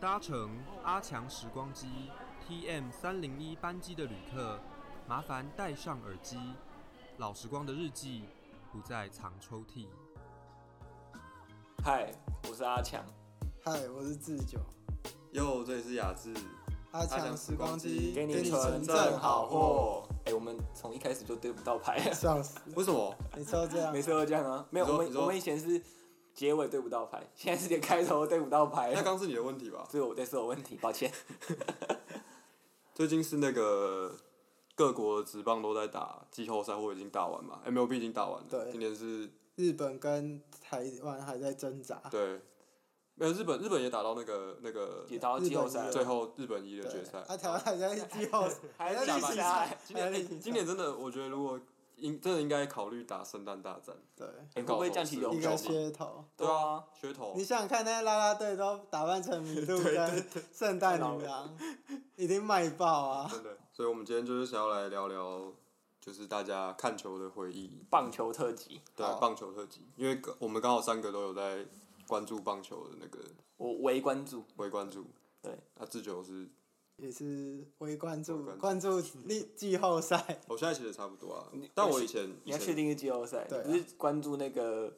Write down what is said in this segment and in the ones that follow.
搭乘阿强时光机 TM 三零一班机的旅客，麻烦戴上耳机。老时光的日记不再藏抽屉。嗨，我是阿强。嗨，我是志久。哟，这里是雅致，阿强强时时光光机机给你你纯正正好。货。哎、我们从一开始就对不到牌，笑死，为什么？每次都这样每。次都这样啊。没有，你说我你们说我们以前是结尾对不到牌，现在是连开头都对不到牌。哎那刚是你的问题吧？是我这是我问题，抱歉。最近是那个各国的职棒都在打季后赛，或已经打完嘛？MLB 已经打完了，对今年是日本跟台湾还在挣扎。对，没有日本，日本也打到那个那个也到季后赛最了，后日本一的对决赛。啊，台湾还在季后赛，还在在打历史赛赛，今年还在哎历史赛今年真的，我觉得如果应真的应该考虑打圣诞大战，对哎会不会降旗有一有个吗噱头。对对啊啊，噱头你。想想看，那些啦啦队都打扮成麋鹿跟圣诞女郎，一定卖爆啊！真的，所以我们今天就是想要来聊聊，就是大家看球的回忆，棒球特辑。对啊好棒球特辑，因为我们刚好三个都有在关注棒球的那个我微关注，微关注。对，那啊志久是，也是微关注微，关注历季后赛。我现在其实差不多啊，但我以前你以要确前定是季后赛，对啊你不是关注那个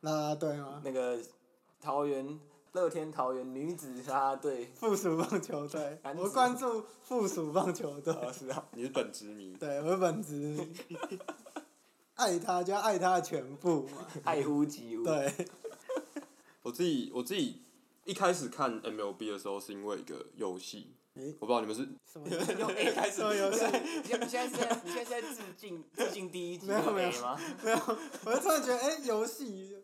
啦啦队吗？那个桃园乐天桃园女子啦啦队？附属棒球队，男子我关注附属棒球队。哦，是啊，你是本职迷，对，我本职爱他就要爱他的全部嘛。爱屋及乌。对，我自己我自己一开始看 MLB 的时候是因为一个游戏，诶我不知道你们是什么 游戏用 A 开始什么游戏？你现在是在你现在是在致敬致敬第一集没有的没有 A 吗？我就突然觉得，哎、游戏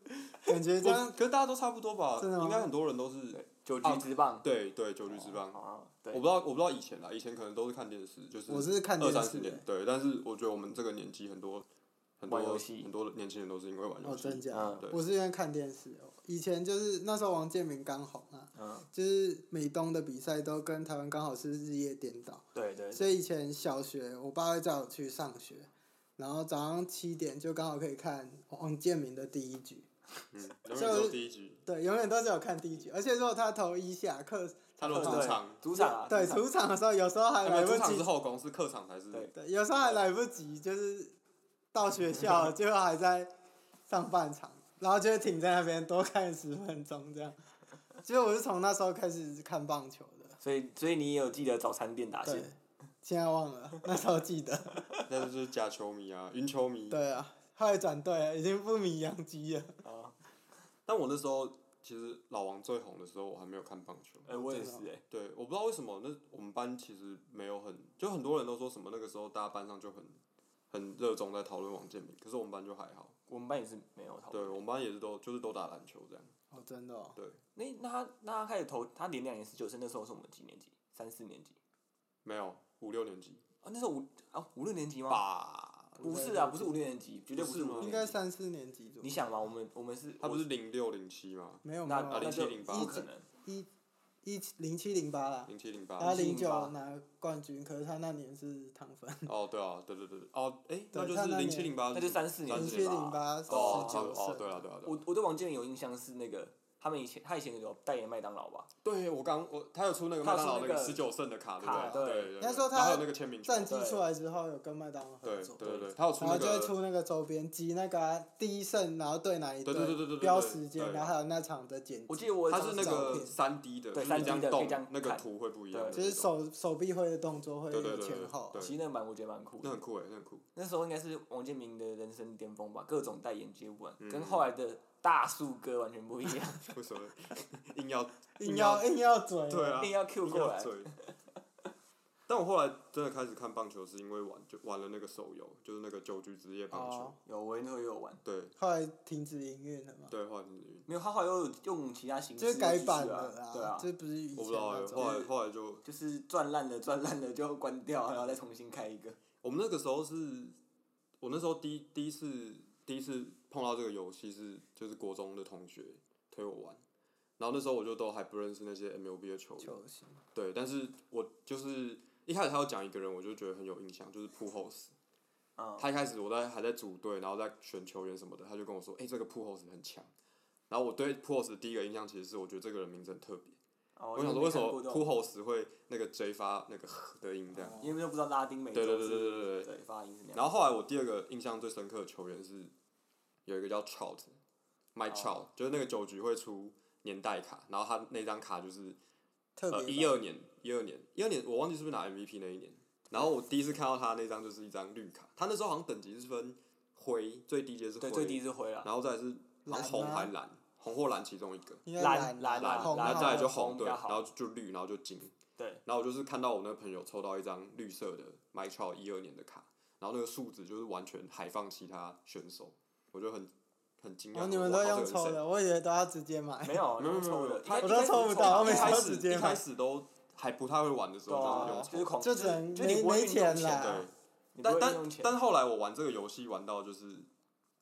感觉这我，样可是大家都差不多吧，真的吗应该很多人都是九局之棒，对对九局之棒。哦，对我不，知道，我不知道以前啦，以前可能都是看电视，就是我是看电二视三十的年，对。但是我觉得我们这个年纪很多很多玩游戏很多的年轻人都是因为玩游哦，戏，真假？嗯对我是因为看电视哦，以前就是那时候王建民刚红啊，嗯，就是美东的比赛都跟台湾刚好是日夜颠倒，对对，所以以前小学我爸会带我去上学，然后早上七点就刚好可以看王建民的第一局。嗯，永远都第一局，对，永远都是有看第一局，而且如果他投一下客，他哦如果主场，主场啊，对主场出场的时候，有时候还哎没来有不主场是及，后宫，是客场才是对对，有时候还来不及，就是到学 校，结果还在上半场，然后就会停在那边多看十分钟这样。其实我是从那时候开始看棒球的，所以所以你也有记得早餐店打对线，，现在忘了，那时候记得，但是就是假球 迷啊，云球迷。对啊，后来转队了，已经不迷洋基了，哦，但我那时候其实老王最红的时候，我还没有看棒球。哎，我也是哎，对，我不知道为什么，那我们班其实没有很，就很多人都说什么那个时候大家班上就很很热衷在讨论王建民，可是我们班就还好。我们班也是没有投。对，我们班也是都就是都打篮球这样。哦，真的、哦，对，那那他那他开始投，他零两年十九岁那时候是我们几年级？三四年级没有五六年级啊？那时候五啊五六年级吗？吧，不是啊，不是五六年级，绝对不不是是五吗六年级。应该三四年级左你右，想嘛，我们我们是他不是零六零七吗？没有没那有那零啊，七就零八不可能，一一七零七零八啦。零七零他八啊。零08九拿冠军，可是他那年是糖分，哦，对啊，对对对，对哦，哎，那对就他是那零年七零八，那就三四年三零四七年吧零八十哦，差九不多哦，对胜。了对了对我了。我对王健林有印象是那个，他们以前他以前有代言麦当劳吧？对，我刚我他有出那个麦当劳他有出那个个十九胜的卡，对卡不对？对对对对。应该说他然后还有那个签名球，战绩出来之后，有跟麦当劳合对作，对对对，对他有出然那后就会个出那个周边，集那个啊第一胜，然后对哪一对对对对对队对标对时对间，然后还有那场的剪我辑，记得我有他张是那照个片三 D 的，就对是你这 3D 的样可以动这样，那个看图会不一样的那对就种，是手手臂挥的动作会对对有对对前后对，其实那个蛮我觉得蛮酷那的。很酷哎，那很酷。那时候应该是王健民的人生巅峰吧，各种代言接不完，嗯跟后来的大树哥完全不一样，为什么硬要硬要硬要嘴，对 啊一定要 Q 过来。对，但我后来真的开始看棒球，是因为玩就玩了那个手游，就是那个九局职业棒球。哦，有我那时候也有玩，对后来停止营运了嘛，对，后来你晕没有他后来又有用其他形式就是改版的了技术啊，对啊，这不是以前我不知道哎、那后种来后来就就是赚烂了赚烂了就关嗯掉，然后再重新开一个。我们那个时候是，我那时候第一第一次第一次碰到这个游戏是就是国中的同学推我玩，然后那时候我就都还不认识那些 MLB 的球员，球星，对，但是我就是一开始他要讲一个人，我就觉得很有印象，就是 p u h o s 嗯他一开始我在还在组队，然后在选球员什么的，他就跟我说：“哎、这个 p u h o s 很强。”然后我对 p u h o s 的第一个印象其实是，我觉得这个人名字很特别，哦我想说为什么因哭？为没看过这种哦吼时会那个 J 发那个的音这样？因为又不知道拉丁美洲对对对是对对对对。对发音是那样。然后后来我第二个印象最深刻的球员是有一个叫 Trout，Mike 哦 Trout，、就是那个九局会出年代卡，然后他那张卡就是特呃别一二年一二年一二年我忘记是不是拿 MVP 那一年，然后我第一次看到他那张就是一张绿卡，他那时候好像等级是分灰最低阶是对灰，最低是灰了，然后再来是好像红蓝吗还蓝，红或蓝其中一个，应该蓝蓝蓝，红然后再来就红红比对，较然好后就绿，然后就金，对，然后我就是看到我那个朋友抽到一张绿色的 m i c h a e l 一二年的卡，然后那个数值就是完全海放其他选手，我就很很惊讶。哦，你们都哇用抽？的，我以为都要直接买。没有，没有用没有抽没的有，一开都我一开始抽不是到打我这每个次开始都直是一开始接一买开始都还不太会玩的时对候，啊就就用是抽啊恐，就只是能就你没不会没运用钱钱啦对，你不会运但但用钱，但后来我玩这个游戏玩到就是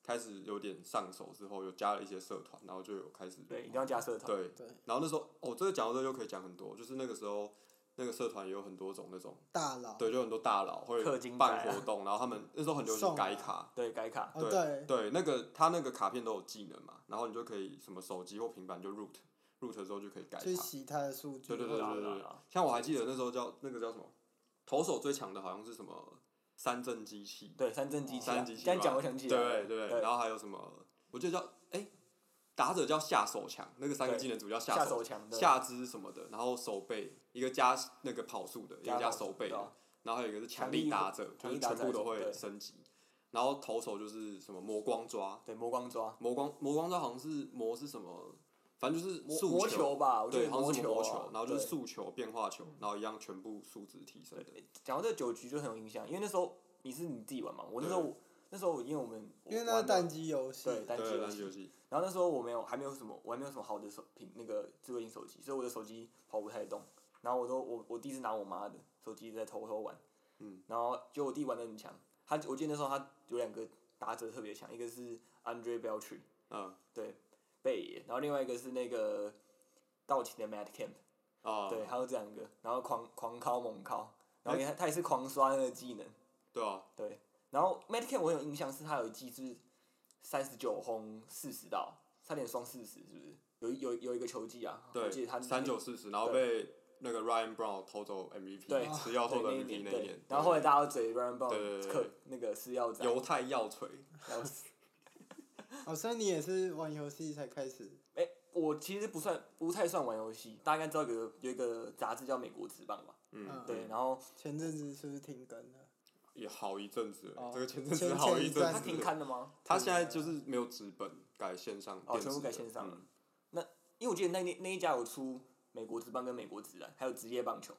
开始有点上手之后，有加了一些社团，然后就有开始对，一定要加社团，对对，然后那时候哦，这个讲到这个就可以讲很多，就是那个时候那个社团也有很多种那种。大佬。对，就很多大佬会啊氪金仔办啊活动，然后他 们那时候很流行送改啊卡，对，改卡，哦对对对，那个他那个卡片都有技能嘛，然后你就可以什么手机或平板就 root root 之后就可以改卡去，洗他的数据。对对对啦对啦对啦，像我还记得那时候叫那个叫什么，投手最强的好像是什么三振机器，对，三针机器啊，三振机器刚吧讲我想起来对了，对对，然后还有什么，我记得叫哎、打者叫下手强，那个三个对技能组叫下手手强的，下肢什么的，然后手背一个加那个跑速的，一加个加跑速手对背的啊，然后还有一个是强强力力打者，就强是力打全部者都会对升级。然后投手就是什么魔光抓，对，魔光抓，魔光魔光抓好像是魔是什么，反正就是魔速魔球吧，我觉对，得好像是什么球魔啊球，然后就是对速球、变化球，然后一样全部数值提升的。讲到这个酒局就很有印象，因为那时候你是你自己玩嘛，我那时候那时候因为我们因为那是我玩单的机游戏，对单机对，游篮球游戏，戏，然后那时候我没有还没有什么，我还没有什么好的手屏那个智慧型手机，所以我的手机跑不太动，然后我都我我弟是拿我妈的手机在偷偷玩，嗯，然后就我弟玩的很强，他我记得那时候他有两个打者特别强，一个是 Andre Beltry 嗯对贝爷，然后另外一个是那个道奇的 Matt Camp。啊，对，还有这两个，然后狂狂敲猛敲，然后他他也是狂刷那个技能，对啊，对。然后 m a t k a n 我有印象是他有一季是三十九轰四十到差点双四十，是不是？有一有有一个球季啊，我记得他对，三九四十，然后被那个 Ryan Brown 偷走 MVP，对吃药对偷走那 MVP 那一对年。，然后后来大家都嘴 r a n b o 对对 w 对克对那个是要在，犹太药锤，然后哦，所以你也是玩游戏才开始，哎，我其实不算不太算玩游戏，大家应该知道有个有一个杂志叫美国职棒吧，嗯嗯，对，然后前阵子是不是停更了？也好一阵子了，哦这个前阵子前好一前一阵子。他阵停刊了吗？他现在就是没有纸本，改线上，哦，电全部子改的线上了。嗯那因为我记得那那那一家有出美国职棒跟美国职篮，还有职业棒球，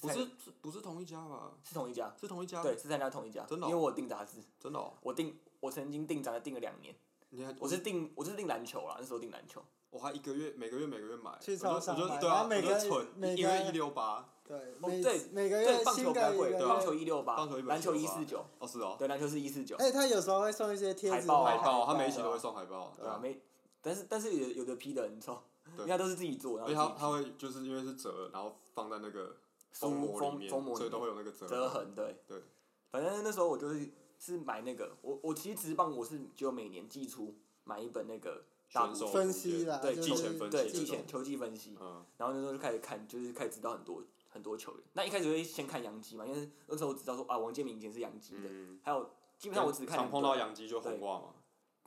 不参是是不是同一家吧？是同一家，是同一家，对，，是参加同一家。啊真的哦因为我有订杂志，真的哦。我订我曾经订杂志订了两年，你还我是订我是订篮球啦，那时候订篮球，我还一个月每个月每个月买，去我就超我商就买对啊，然后每我就个存每一个月个一六八，对，哦每对每个对月棒新球比的较一贵，个棒月球一六八啊棒球198，篮球一四九，哦是哦，对，篮球是一四九，哎，他有时候会送一些贴海纸报嘛、啊海报，他海每一期啊都会送海报，对啊啊，没，但是但是有有的批的很丑，对人家都是自己做，然而后自己且他批他会就是因为是折，然后放在那个封封膜里封面，封膜所以里都面会有那个折折痕，对。对，反正那时候我就是是买那个，我我其实直棒我是就每年季初买一本那个大选手部分析啦，对就季是前分析对这种季前球季分析，嗯，然后那时候就开始看，就是开始知道很多很多球员。那一开始会先看洋基嘛，因为那时候我知道说啊，王建民以前是洋基的，嗯还有基本上我只看常两碰队到杨基就红袜嘛，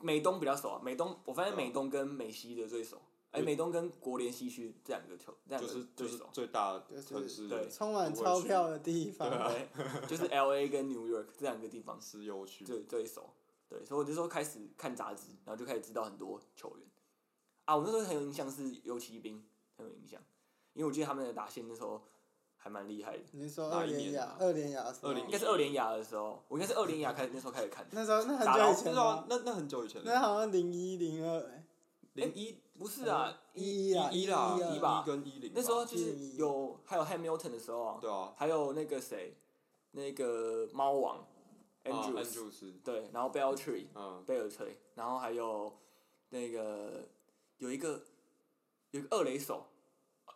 美东比较熟啊，美东我发现对啊美东跟美西的最熟，哎、对美东跟国联西区这两个球，这两就个是就最是熟。最大就的是城市对充满钞票的地方。啊对，啊就是 L A 跟 New York 这两个地方石油区，对对手，对，所以我那时候开始看杂志，然后就开始知道很多球员。啊，我那时候很有印象是游骑兵，很有印象，因为我记得他们的打线那时候还蛮厉害的，你是说哪二一连年雅啊，二连雅是吗，二零应该是二连雅的时候，我应该是二连雅开始那时候开始看那时候那很打久到以前是啊吗，那那很久以前了，那好像零一零二，哎零零哎一不是啊，一一啊一一啦，一一吧跟一零吧，那时候就是一有还有 Hamilton 的时候啊，对啊，还有那个谁，那个猫王啊 Andrews，、 Andrews，对，然后 Beltree，嗯，贝尔锤，然后还有那个有一个有一个二垒手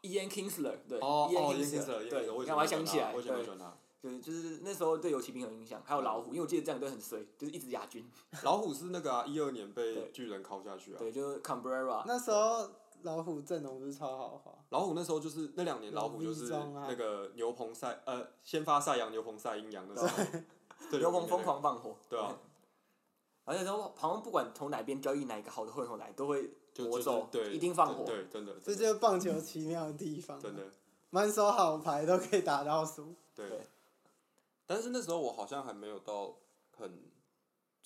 ，Ian Kingsler，对、哦 i a 哦 n ，Yankees 的 Kingsler， Yankees 对，的我看以我前还很想喜起来，欢啊他我以前很对喜，欢他。就是就是那时候对游骑兵很有影响，还有老虎，因为我记得这两队很衰，就是一直亚军，老虎是那个一二年被对巨人敲下去啊，对，就是 Cambrera，那时候老虎阵容不是超好花，老虎那时候就是那两年，老虎就是有力壮啊那个牛棚赛，呃，先发赛扬，牛棚赛阴阳那时候，对刘鹏疯，狂放火，对啊，而且说好像不管从哪边交易哪一个好的混头来，都会就魔就咒是，对，一定放火。对，真的，这真就的是棒球奇妙的地方、真的，满手好牌都可以打到输，对对。但是那时候我好像还没有到很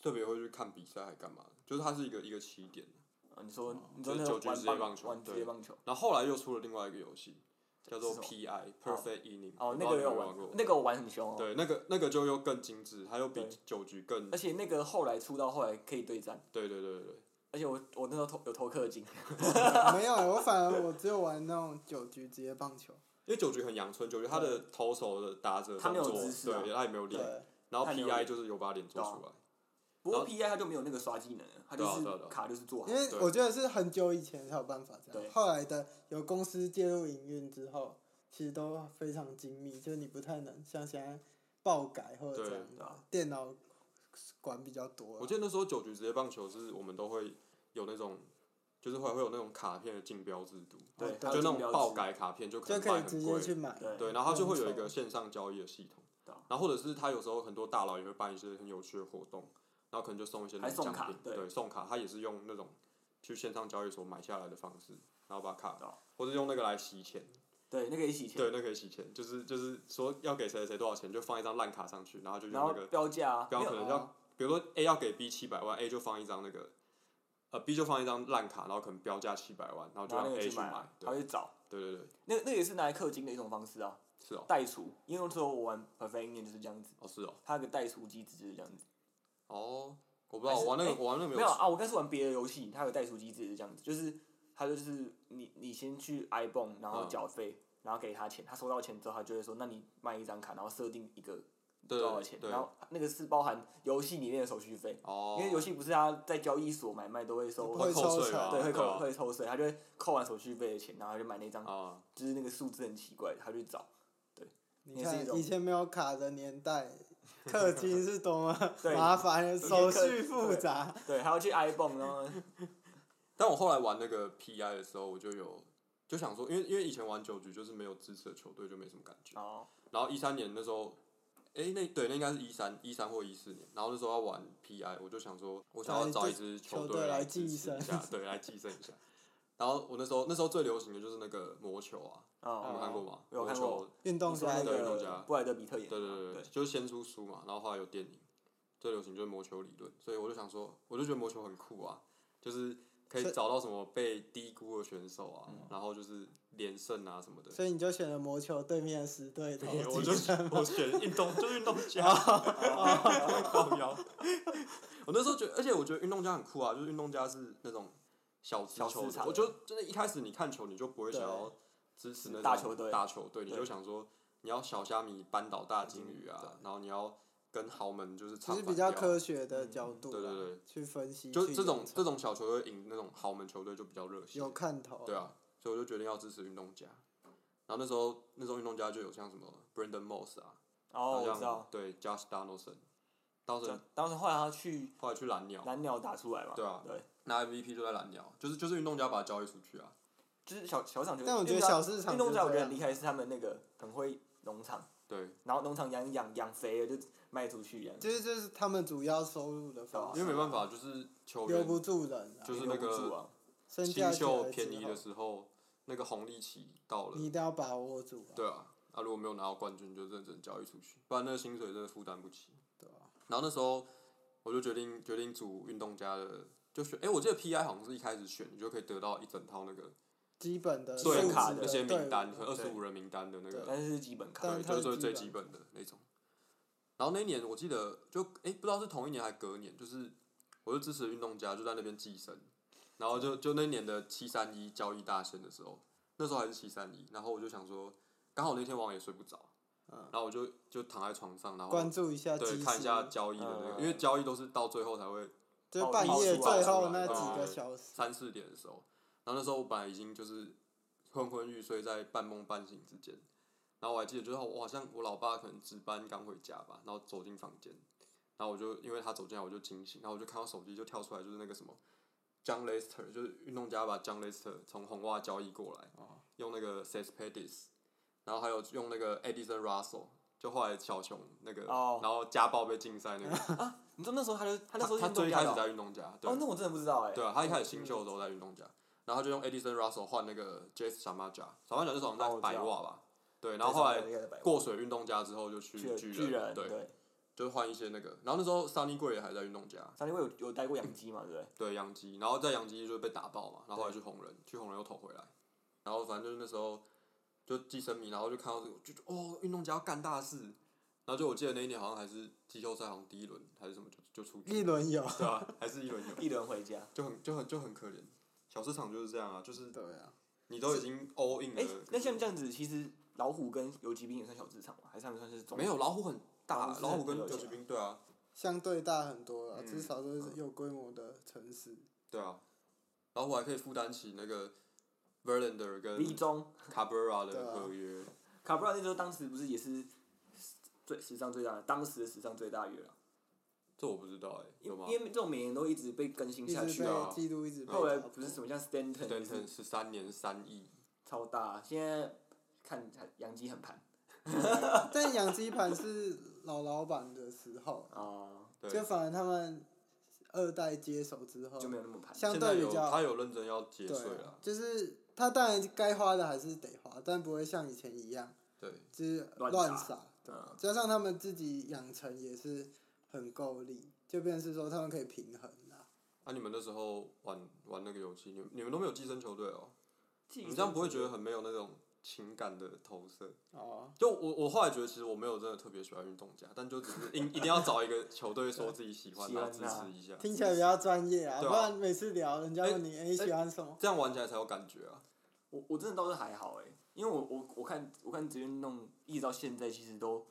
特别会去看比赛，还干嘛？就是它是一个一个起点，啊你说你就说那是个九局玩职业棒棒球玩职对业棒球，然后后来又出了另外一个游戏，叫做是什么 PI Perfect Inning，哦我，不那知道个有你有没有玩玩过，？那个我玩很凶哦。对，那个那个就又更精致，它又比对九局更，而对且那个后来出到后来可以对战，对对对对，而且我我那时候投有投氪金，没有、我反而我只有玩那种九局职业棒球，因为九局很阳春，九局他的投手的打者他没有动作姿势啊对，他也没有对练，，然后他没有啊练 PI 就是有把脸做出来，不过然后 P I 它就没有那个刷技能了，它就对啊是对啊对啊卡就是做好因。为对我觉得是很久以前才有办法这对样，后来的有公司介入营运之后，其实都非常精密，就是你不太能像现在爆改或者对这样对的啊，电脑管比较多啊、我记得那时候九局职业棒球是我们都会有那种，就是会会有那种卡片的竞标制度，对，对它就有那竞标种爆制，改卡片就可就能可卖以直很接贵，去买。对对，然后它就会有一众个筹线上交易的系统对啊，然后或者是它有时候很多大佬也会办一些很有趣的活动，然后可能就送一些那还送种奖卡品，对对，送卡，它也是用那种去线上交易所买下来的方式，然后把卡对啊，或者用那个来洗钱。对那个一起钱，对，那可以洗钱，就是就是说要给谁谁谁多少钱，就放一张烂卡上去，然后就用然后那个，标价啊，比方没有可能要，哦比如说 A 要给 B 七百万，A 就放一张那个，呃 B 就放一张烂卡，然后可能标价七百万，然后就拿让那个 A 去去买买啊，，他对会找，对对对，那那个也是拿来氪金的一种方式啊，是哦，代除，因为那时候我玩 Perfect Union 就是这样子，哦是哦，它有个代除机制就是这样子。哦，我不知道，还是我玩那个哎我玩那个没有有去，啊，我刚是玩别的游戏，它有代数机制是这样子，就是它就是你你先去 iPhone，然后嗯缴费，然后给他钱，他收到钱之后，他就会说，那你卖一张卡，然后设定一个多对对少对钱，对然后那个是包含游戏里面的手续费，哦，因为游戏不是他在交易所买卖都会收，会扣抽税成吧，对会吧扣会抽税，他就会扣完手续费的钱，然后他就买那张，啊，就是那个数字很奇怪，他去找，你也是一看种以前没有卡的年代，氪金是多么 对麻烦，手续复杂。对，还要去 iPhone，然后但我后来玩那个 PI 的时候，我就有就想说，因为因为以前玩九局就是没有支持的球队就没什么感觉，哦然后一三年那时候，诶，那对，那应该是一三一三或一四年。然后那时候要玩 PI，我就想说，我想要找一支球队支持一球队下，对，来寄生一下。然后我那时候那时候最流行的就是那个魔球啊，你们哦，看过吗？有魔看球过，啊运动你说那家对运动个家布莱德比特演对对对的对，嘛，就是先出书嘛，然后后来有电影，最流行就是魔球理论，所以我就想说，我就觉得魔球很酷啊，就是可以所以找到什么被低估的选手啊，然后就是连胜啊什么的。所以你就选了魔球对面的十队投我就进。我选运动，就运动家， 靠腰。我那时候觉得，而且我觉得运动家很酷啊，就是运动家是那种小资小球市队，场我就真的一开始你看球，你就不会想要支持那种大球队大球队，你对嗯就想说你要小虾米扳倒大金鱼对啊，然后你要跟豪门就是只唱是反比较调啊啊嗯科学的角度对对啦对去分析，就去这种研究这种小球队赢那种豪门球队就比较热血，有看头。对，啊，所以我就决定要支持运动家。然后那时候，那时候运动家就有像什么 Brandon Moss 啊，哦好我像知道。对，Josh Donaldson，当时当时后来他去后来去蓝鸟蓝鸟打出来嘛，对啊对，拿 MVP 就在蓝鸟，就是就是运动家把他交易出去啊，就是小小场球，但我觉得小市场运动家就我觉这得样很厉害，是他们那个很会农场，对，然后农场养养养肥了就卖出去一样，就是这是他们主要收入的啊方式，因为没办法，就是球留员不住人啊就，是留那不住个啊，身价新起来秀之便宜的后，时候，那个红利期到了你，一定要把握住啊。对啊，那、如果没有拿到冠军，就认真交易出去，不然那个薪水真的负担不起。对啊然后那时候我就决定决定组运动家的，就选，哎、我记得 PI 好像是一开始选，你就可以得到一整套那个基本的队素伍质卡哎的那些队伍名单，可能二对十五人名单的那个对但是是基本卡但，对，它就是基是最本基本的那种。然后那一年我记得就哎、诶不知道是同一年还隔年，就是我就支持运动家就在那边寄生，然后就就那一年的七三一交易大限的时候，那时候还是七三一，然后我就想说，刚好那天晚上也睡不着，嗯然后我就就躺在床上，然后关注一下对即看一时下交易的那个，嗯因为交易都是到最后才会就半夜啊最后那几嗯个小时，三四点的时候，然后那时候我本来已经就是昏昏欲睡，在半梦半醒之间。然后我还记得，就是哦我好像我老爸可能值班刚回家吧，然后走进房间，然后我就因为他走进来我就惊醒，然后我就看到手机就跳出来就是那个什么 John Lester，就是运动家把 John Lester 从红袜交易过来，哦用那个 c e s p e d i s 然后还有用那个 Edison Russell，就后来小熊那个哦然后家暴被禁赛那个，你说那时 候他就他那时候他他是最运动家一开的始哦在运动家，对哦，那我真的不知道哎。对啊，他一开始新秀的时候在运动家，然后他就用 Edison Russell 换那个 Jazz s a m a j a s a m a j a 是好像哦我在知道白袜吧，对，对，然后后来上面有那个百万过水运动家之后就去巨人巨巨人对，对，就是换一些那个，然后那时候 Sunny 贵也还在运动家，三六位有有待过养鸡嘛，对不对？对，养鸡，然后在养鸡就被打爆嘛，然后后来去对红人，去红人又投回来，然后反正就是那时候就寄生迷，然后就看到这个，就就哦，运动家要干大事，然后就我记得那一年好像还是季后赛，好像第一轮还是什么就就出局，一轮有。对啊，还是一轮有，一轮回家。就很就很就很可怜，小市场就是这样啊，就是对啊，你都已经 all in 了哎，，那可是像这样子，其实老虎跟游击兵也算小市场嘛，还是他们算是中没有老虎很老大虎，是老虎跟很有游钱骑啊兵对啊相对大很多了，嗯至少都是有规模的城市。对啊，老虎还可以负担起那个 Verlander 立跟中 Cabrera 对的啊合约，卡布拉那时候当时不是也是最史上最大的，当时的史上最大约了，这我不知道哎，有吗？因为这种每年都一直被更新一下直去被啊。记录，一直被后来打破不是什么像 Stanton 也是哦 Stanton 十三年三亿，超大，啊现在看杨基很盘 但养鸡盘是老老板的时候，啊，对，就反而他们二代接手之后啊就，没有那么盘。相现在对有比较他有认真要节对税啊了，，就是他当然该花的还是得花，但不会像以前一样对，就是乱乱撒撒。对嗯加上他们自己养成也是很够力，就变成是说他们可以平衡啦。啊那你们那时候玩玩那个游戏，你们你们都没有寄生球队哦，你你们这样不会觉得很没有那种情感的投射？哦，就我我后来觉得其实我没有真的特别喜欢运动家，但就只是一一定要找一个球队说自己喜欢，喜然欢后支持一下，听起来比较专业啊，对啊不然每次聊人家问你，哎、你哎喜欢什么？这样玩起来才有感觉啊。我我真的倒是还好哎、因为我我我看我看职业运动一直到现在其实都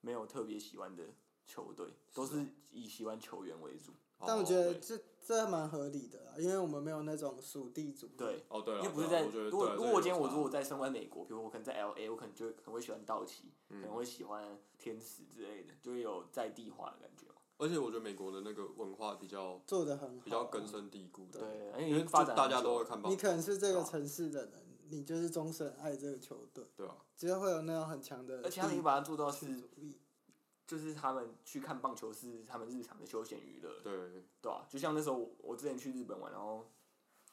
没有特别喜欢的球队，都是以喜欢球员为主。 但我觉得哦这这蛮合理的啦，啊因为我们没有那种属地主。对，哦对因了，为不是对在啊我觉得如果对如果我今这天个有我差如果在身在美国，比如我可能在 L A，我可能就很会喜欢道奇，嗯可嗯能会喜欢天使之类的，就会有在地化的感觉嘛。而且我觉得美国的那个文化比较做的很好，比较根深蒂固的，对，而且因为就发展大很家久都会了看棒你球，可能是这个城市的人，你就是终身爱这个球队，对啊，就是会有那种很强的而且他们已地经把它做到主是，义。就是他们去看棒球是他们日常的休闲娱乐，对，对吧、就像那时候我我之前去日本玩，然后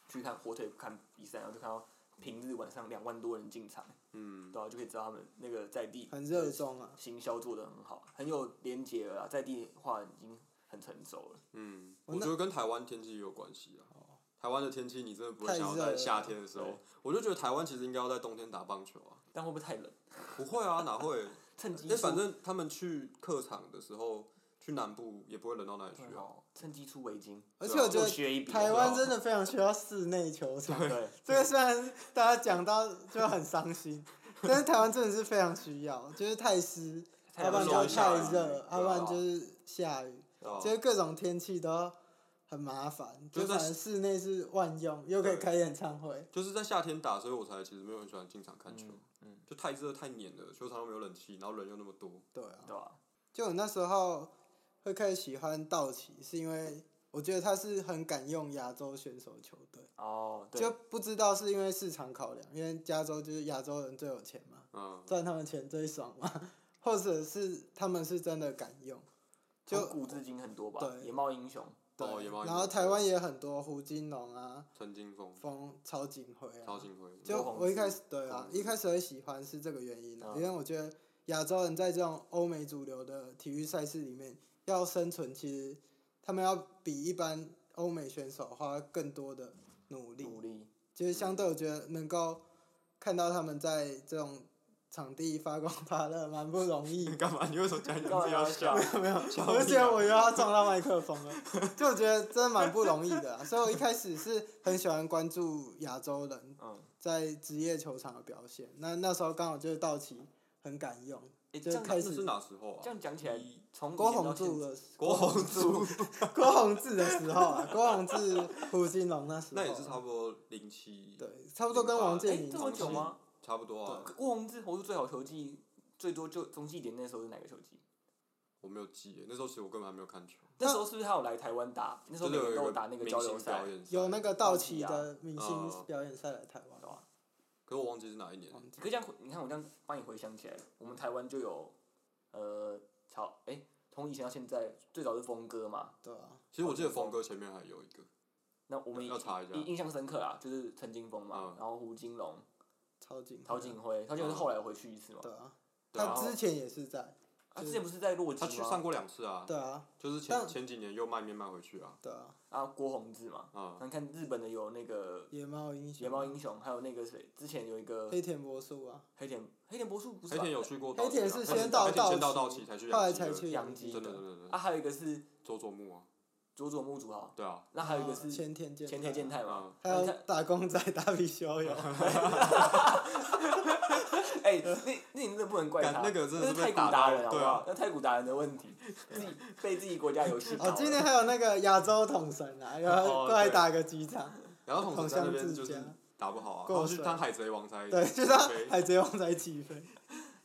去看火腿看比赛，然后就看到平日晚上两万多人进场，嗯，对吧、啊就可以知道他们那个在地很热衷啊。行销做的很好，很有连结了啦，在地化已经很成熟了。嗯，我我哦那觉得跟台湾天气也有关系啊。台湾的天气你真的不会太想要热在了夏天的时哦对候，我就觉得台湾其实应该要在冬天打棒球啊。但会不会太冷？不会啊，哪 会？趁机那出反正他们去客场的时候，去南部也不会冷到哪里去对啊。哦，趁机出围巾，而且我觉就得学一笔。台湾对吧真的非常需要室内球场。 对，这个虽然大家讲到就很 伤心，但是台湾真的是非常需要，就是太湿，太要不然热就太热，要不对啊哦然就是下雨，对啊就是各种天气都很麻烦。就就在反正室内是万用，又可以开演唱会。就是在夏天打，所以我才其实没有很喜欢进场看球，嗯，就太热太黏了，球场又没有冷气，然后人又那么多。对啊，对吧？就我那时候会开始喜欢道奇，是因为我觉得他是很敢用亚洲选手球队，哦，对就，不知道是因为市场考量，因为加州就是亚洲人最有钱嘛，嗯，赚他们钱最爽嘛，或者是他们是真的敢用。就从哦古至今很多吧，对野猫英雄，对，哦野猫也然后台湾也很多胡金龙啊、陈金峰、风曹景辉啊曹，景辉，就罗宏我一志开始对啊黄，一开始会喜欢是这个原因啊，嗯因为我觉得亚洲人在这种欧美主流的体育赛事里面要生存，其实他们要比一般欧美选手花更多的努力，努 力，就是相对我觉得能够看到他们在这种场地发光发热，蛮不容易的干嘛？ 你为什么讲你自干嘛己要要 笑？啊没有，小我就觉得我又要撞到麦克风了，就我觉得真的蛮不容易的啊。所以我一开始是很喜欢关注亚洲人嗯，在职业球场的表现。那那时候刚好就是道奇很敢用，诶就这样开那始是哪时候啊这？样讲起来，从以郭前到宏现柱在的郭宏柱， 郭宏志的时候啊，郭宏志、胡金龙那时候啊，那也是差不多零七，对，差不多跟王健哎，林这么久吗？差不多啊。郭宏志投出最好球技，最多就中继点那时候是哪个球技？我没有记耶，那时候其实我根本还没有看球，那时候是不是他有来台湾打？那时候真每的个有人一都个打那个明交流星赛表，演赛有那个道奇道奇的明星嗯啊表演赛来台湾对吧？可是我忘记是哪一年了。忘记可是这样，你看我这样帮你回想起来，我们台湾就有，呃，草哎、从以前到现在，最早是峰哥嘛，对啊，其实我记得峰哥前面还有一个，那我们要查一下印印象深刻啊，就是陈金峰嘛，嗯然后胡金龙、超级陶景辉，陶景辉是后来回去一次嘛，对啊，对啊他之前也是在他之前不是在洛基他去上吗？过两次啊，对啊就是前但前几年又卖面卖回去啊，对啊，啊，郭宏志嘛，啊、那你看日本的有那个野猫英雄，野猫英雄，还有那个谁，之前有一个黑田博树啊，黑田黑田博树不是黑吧田有去过道黑奇啊，田是先到黑田先到道道奇奇才去后来养鸡才的去啊养鸡真的真的真啊，的，还有一个是佐佐木啊，佐佐木主豪，对啊，嗯那还有一个啊是前田健前田健太，太嘛，还那你有看打工仔打比 修友， 哎、那那你真的不能怪他，啊干那个真的那是是被太古打达到人好不对好？啊那太古达人的问题，自己被自己国家游戏搞哦了。，今年还有那个亚洲统神啊，然后哦过来对打个几场，然后统同神在那乡边自就是家，打不好啊，够然后去帅当海贼王才对，就是他海贼王才起飞，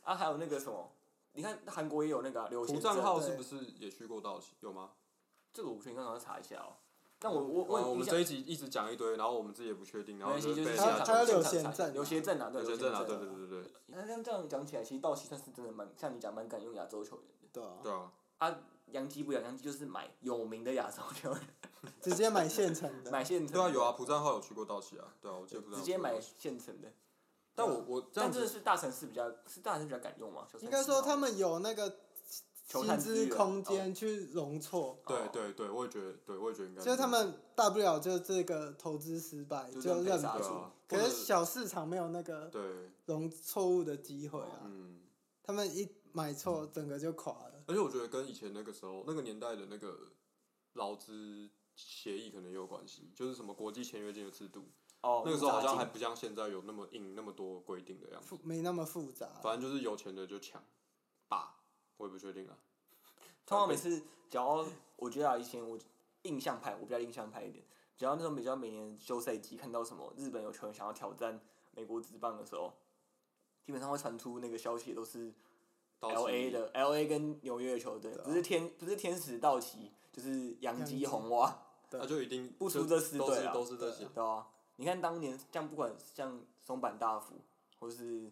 啊，还有那个什么，你看韩国也有那个啊刘胡贤账正，号对是不是也去过道奇？有吗？啊这个我可以刚刚查一下哦。但我我哦哇我印们象这一集一直讲一堆，然后我们自己也不确定，没然后关系，就被是人还有家还有柳讲刘贤正啊刘贤正啊，对有权证啊，正对对对对对，那这样这样讲起来，其实道奇算是真的蛮像你讲蛮敢用亚洲球员的。对啊，对啊，啊，洋基不一样，洋基就是买有名的亚洲球员，直接买现成的，买现成的。对啊有啊，朴赞浩有去过道奇啊，对啊，我记得朴赞直浩接有去过买道奇。现成的。但我我这样但真的子是大城市比较，是大城市比较敢用嘛？小城市啊应该说嘛他们有那个球薪探资资源空间去容错，对哦对对，我也觉得，对我也觉得应该。就是他们大不了就这个投资失败就这样就被认杀对出赔，啊，可或者是小市场没有那个对，容错误的机会啊，嗯，他们一买错整个就垮了，而且我觉得跟以前那个时候那个年代的那个劳资协议可能也有关系，就是什么国际签约金的制度，哦，那个时候好像还入闸不像现在有那么硬那么多规定的样子复，没那么复杂，反正就是有钱的就抢，吧，我也不确定啊。禁通常每次只要我觉得啊，以前我印象派，我比较印象派一点，只要那种比较每年休赛季看到什么日本有球员想要挑战美国职棒的时候，基本上会传出那个消息都是道 L A 奇的 L A 跟纽约的球队，对啊不是天不是天使道奇，就是洋洋基基红蛙，那就一定不就出这四都队是啊都是这些对。啊，你看当年像不管像松坂大辅，或是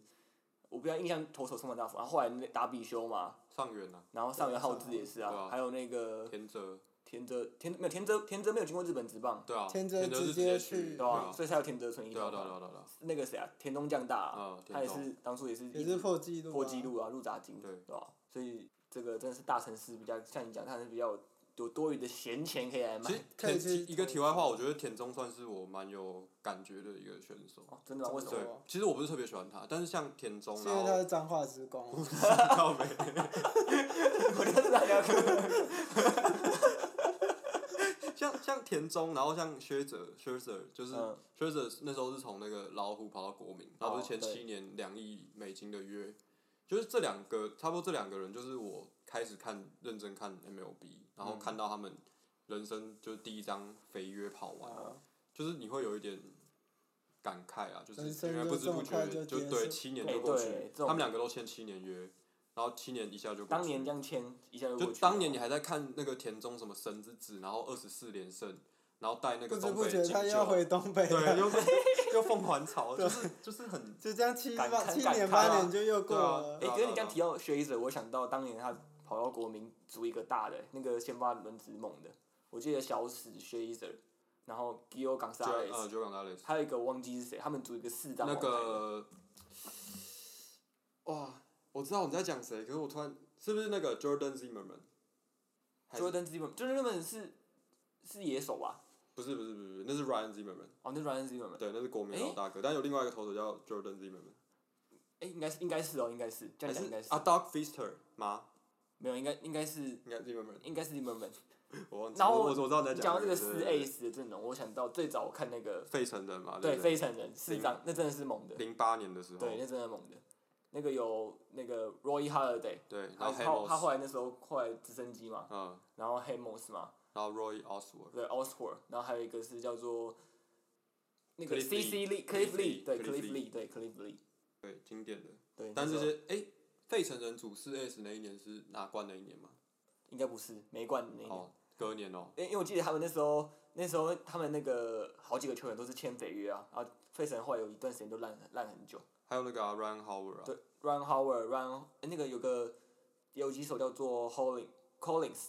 我比较印象投手松坂大辅，然后后来那达比修嘛，上元啊，然后上元浩之也是对啊，啊还有那个田泽，田泽田没有田泽田泽没有经过日本职棒，对啊，田田泽是直接接去对对啊，啊，所以才有田泽纯一对啊，嘛对啊，对啊，对啊对啊，那个谁啊，田中将大啊啊，田他也中是当初也是一也是破纪录、啊，破纪，录啊，入闸纪录，对对吧？所以这个真的是大城市比较像你讲，它是比较有有多余的闲钱可以来买其实。可以田去一个题外话，我觉得田中算是我蛮有感觉的一个选手。哦，真的吗？为什对么？，其实我不是特别喜欢他，但是像田中，是因为然他后是彰化之光啊，靠北我就是大家看，像像田中，然后像薛哲，薛哲就是嗯哦薛哲那时候是从那个老虎跑到国民，然后不是前对七年两亿美金的约，就是这两个差不多这两个人，就是我开始看认真看 MLB，然嗯后看到他们人生就是第一张肥约跑完，啊就是你会有一点感慨啊，就是人生因为不知不觉就这么快就就结束对七年哎就过去对，这种他们两个都签七年约，然后七年一下就过当去年这样签一下就过就去了当年你还在看那个田中什么神之子，然后二十四连胜，然后带那不个知东不北觉金他要鹫，回东北对，了，又又凤凰巢，就是就是很 就这样七感八慨七感年慨八啊年就又过对啊了，哎、可是你刚提到学者，我想到当年他跑到国民组一个大的、那个先发轮值猛的，我记得小史学者，然后 Gio 冈萨就雷呃，就港大类似还有一个我忘记是谁，他们组一个四张那王牌的个哇，我知道你在讲谁，可是我突然是不是那个 Jordan Zimmerman？还是 Jordan Zimmerman，就是那本是是野手吧？不是不是不是不是，那是 Ryan Zimmerman，哦，那是 Jordan Zimmerman，对，那是国民老诶大哥，但有另外一个投手叫 Jordan Zimmerman，哎、应该是应该是哦，应该是这还样讲是应该是啊 Doug Fister 吗？没有，应该应该是应该 Zimmerman，应该是 Zimmerman。我忘记，然后我我知道你在你讲到这个谁四对对对 ace 的阵容，我想到最早我看那个费城人嘛，对不非城人四张，那真的是猛的，零八年的时候，对，那真的猛的。那个有那个 Roy Holiday，对，然他后他他 Hamos，后来那时候后来直升机嘛，嗯，然后 Hamos 嘛，然后 Roy Oswald，对 Oswald，然后还有一个是叫做那个 Cliff CC Lee Cliff Cliff Lee，对 Cliff Cliff Lee，对 Cliff Lee，对，经典的。对。但那这时候些，哎，费城人组四 S 那一年是拿冠那一年嘛？应该不是美冠的那一年。哦，隔年哦，因因为我记得他们那时候，那时候他们那个好几个球员都是签北约啊，然后费城后来有一段时间都烂烂很久。还有那个、啊、Ryan Howard 啊，对，Run Howard、Run 那个有个有几手叫做 Hollins、Collins，